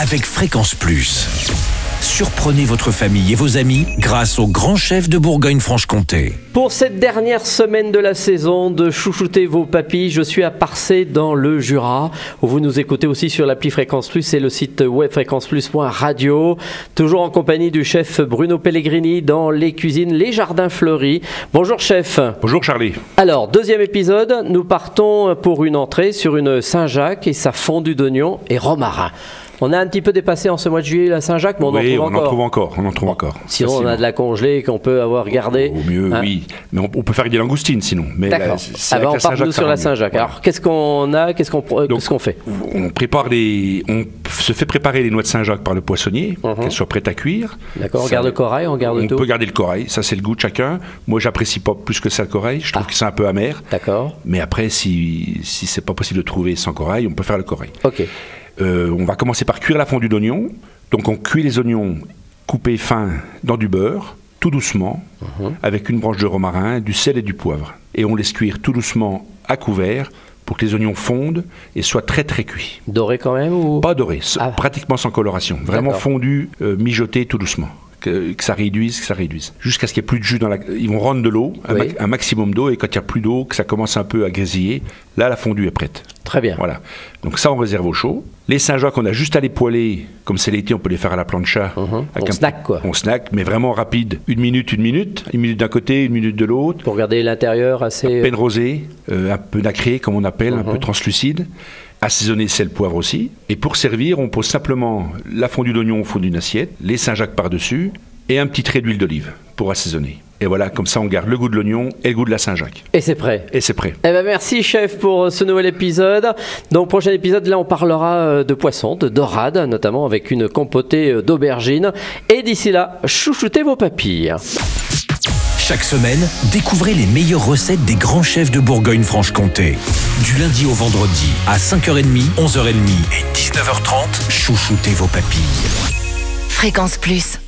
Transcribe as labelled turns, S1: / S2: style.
S1: avec Fréquence Plus. Surprenez votre famille et vos amis grâce au grand chef de Bourgogne-Franche-Comté.
S2: Pour cette dernière semaine de la saison de Chouchouter vos papilles, je suis à Parcé dans le Jura. où Vous nous écoutez aussi sur l'appli Fréquence Plus et le site web fréquenceplus.radio. Toujours en compagnie du chef Bruno Pellegrini dans les cuisines Les Jardins Fleuris. Bonjour chef.
S3: Bonjour Charlie.
S2: Alors, deuxième épisode, nous partons pour une entrée sur une Saint-Jacques et sa fondue d'oignons et romarin. On a un petit peu dépassé en ce mois de juillet la Saint-Jacques, mais on
S3: oui,
S2: en
S3: on
S2: trouve encore.
S3: en trouve encore. On en trouve encore.
S2: Sinon, on
S3: Facilement.
S2: a de la congelée qu'on peut avoir gardée.
S3: Au mieux,
S2: Hein.
S3: oui. Mais on, on peut faire des langoustines sinon. Mais là,
S2: D'accord.
S3: c'est-
S2: Ah
S3: c'est
S2: ben, on
S3: avec la
S2: part nous
S3: Saint-Jacques, ça
S2: sur
S3: va
S2: la
S3: mieux.
S2: Saint-Jacques.
S3: Voilà.
S2: Alors, qu'est-ce qu'on a Qu'est-ce qu'on euh, qu'est-ce qu'on fait
S3: on prépare les, on se fait préparer les noix de Saint-Jacques par le poissonnier,
S2: Mhm.
S3: qu'elles soient prêtes à cuire.
S2: D'accord, on
S3: Ça-
S2: garde le corail, on garde
S3: On
S2: tout.
S3: peut garder le corail, ça c'est le goût de chacun. Moi, j'apprécie pas plus que ça le corail. Je trouve
S2: Ah.
S3: que c'est un peu amer.
S2: D'accord.
S3: Mais après, si si c'est pas possible de trouver sans corail, on peut faire le corail.
S2: Ok.
S3: Euh, on va commencer par cuire la fondue d'oignons. Donc on cuit les oignons coupés fins dans du beurre, tout doucement,
S2: Mhm.
S3: avec une branche de romarin, du sel et du poivre. Et on laisse cuire tout doucement à couvert pour que les oignons fondent et soient très très cuits.
S2: Doré quand même ou
S3: Pas dorés, s-
S2: Ah.
S3: pratiquement sans coloration. Vraiment
S2: D'accord.
S3: fondus, euh, mijotés tout doucement. Que, que ça réduise, que ça réduise. Jusqu'à ce qu'il n'y ait plus de jus dans la... Ils vont rendre de l'eau, un,
S2: Oui.
S3: mac- un maximum d'eau, et quand il n'y a plus d'eau, que ça commence un peu à grésiller, là la fondue est prête.
S2: Très bien.
S3: Voilà. Donc ça, on réserve au chaud. Les Saint-Jacques, on a juste à les poêler. Comme c'est l'été, on peut les faire à la plancha.
S2: Mhm. On
S3: un
S2: snack,
S3: petit-
S2: quoi.
S3: On snack, mais vraiment rapide. Une minute, une minute. Une minute d'un côté, une minute de l'autre.
S2: Pour garder l'intérieur assez.
S3: Peine rosée, euh, un peu nacré, comme on appelle,
S2: Mhm.
S3: un peu translucide. Assaisonner sel, poivre aussi. Et pour servir, on pose simplement la fondue d'oignon au fond d'une assiette, les Saint-Jacques par-dessus, et un petit trait d'huile d'olive pour assaisonner. Et voilà, comme ça, on garde le goût de l'oignon et le goût de la Saint-Jacques.
S2: Et c'est prêt.
S3: Et c'est prêt.
S2: Eh ben merci chef pour ce nouvel épisode. Donc prochain épisode là on parlera euh, de poissons, de dorade notamment avec une compotée euh, d'aubergines. Et d'ici là, chouchoutez vos papilles.
S1: Chaque semaine, découvrez les meilleures recettes des grands chefs de Bourgogne-Franche-Comté. Du lundi au vendredi, à 5h30, 11h30 et 19h30, chouchoutez vos papilles.
S4: Fréquence Plus.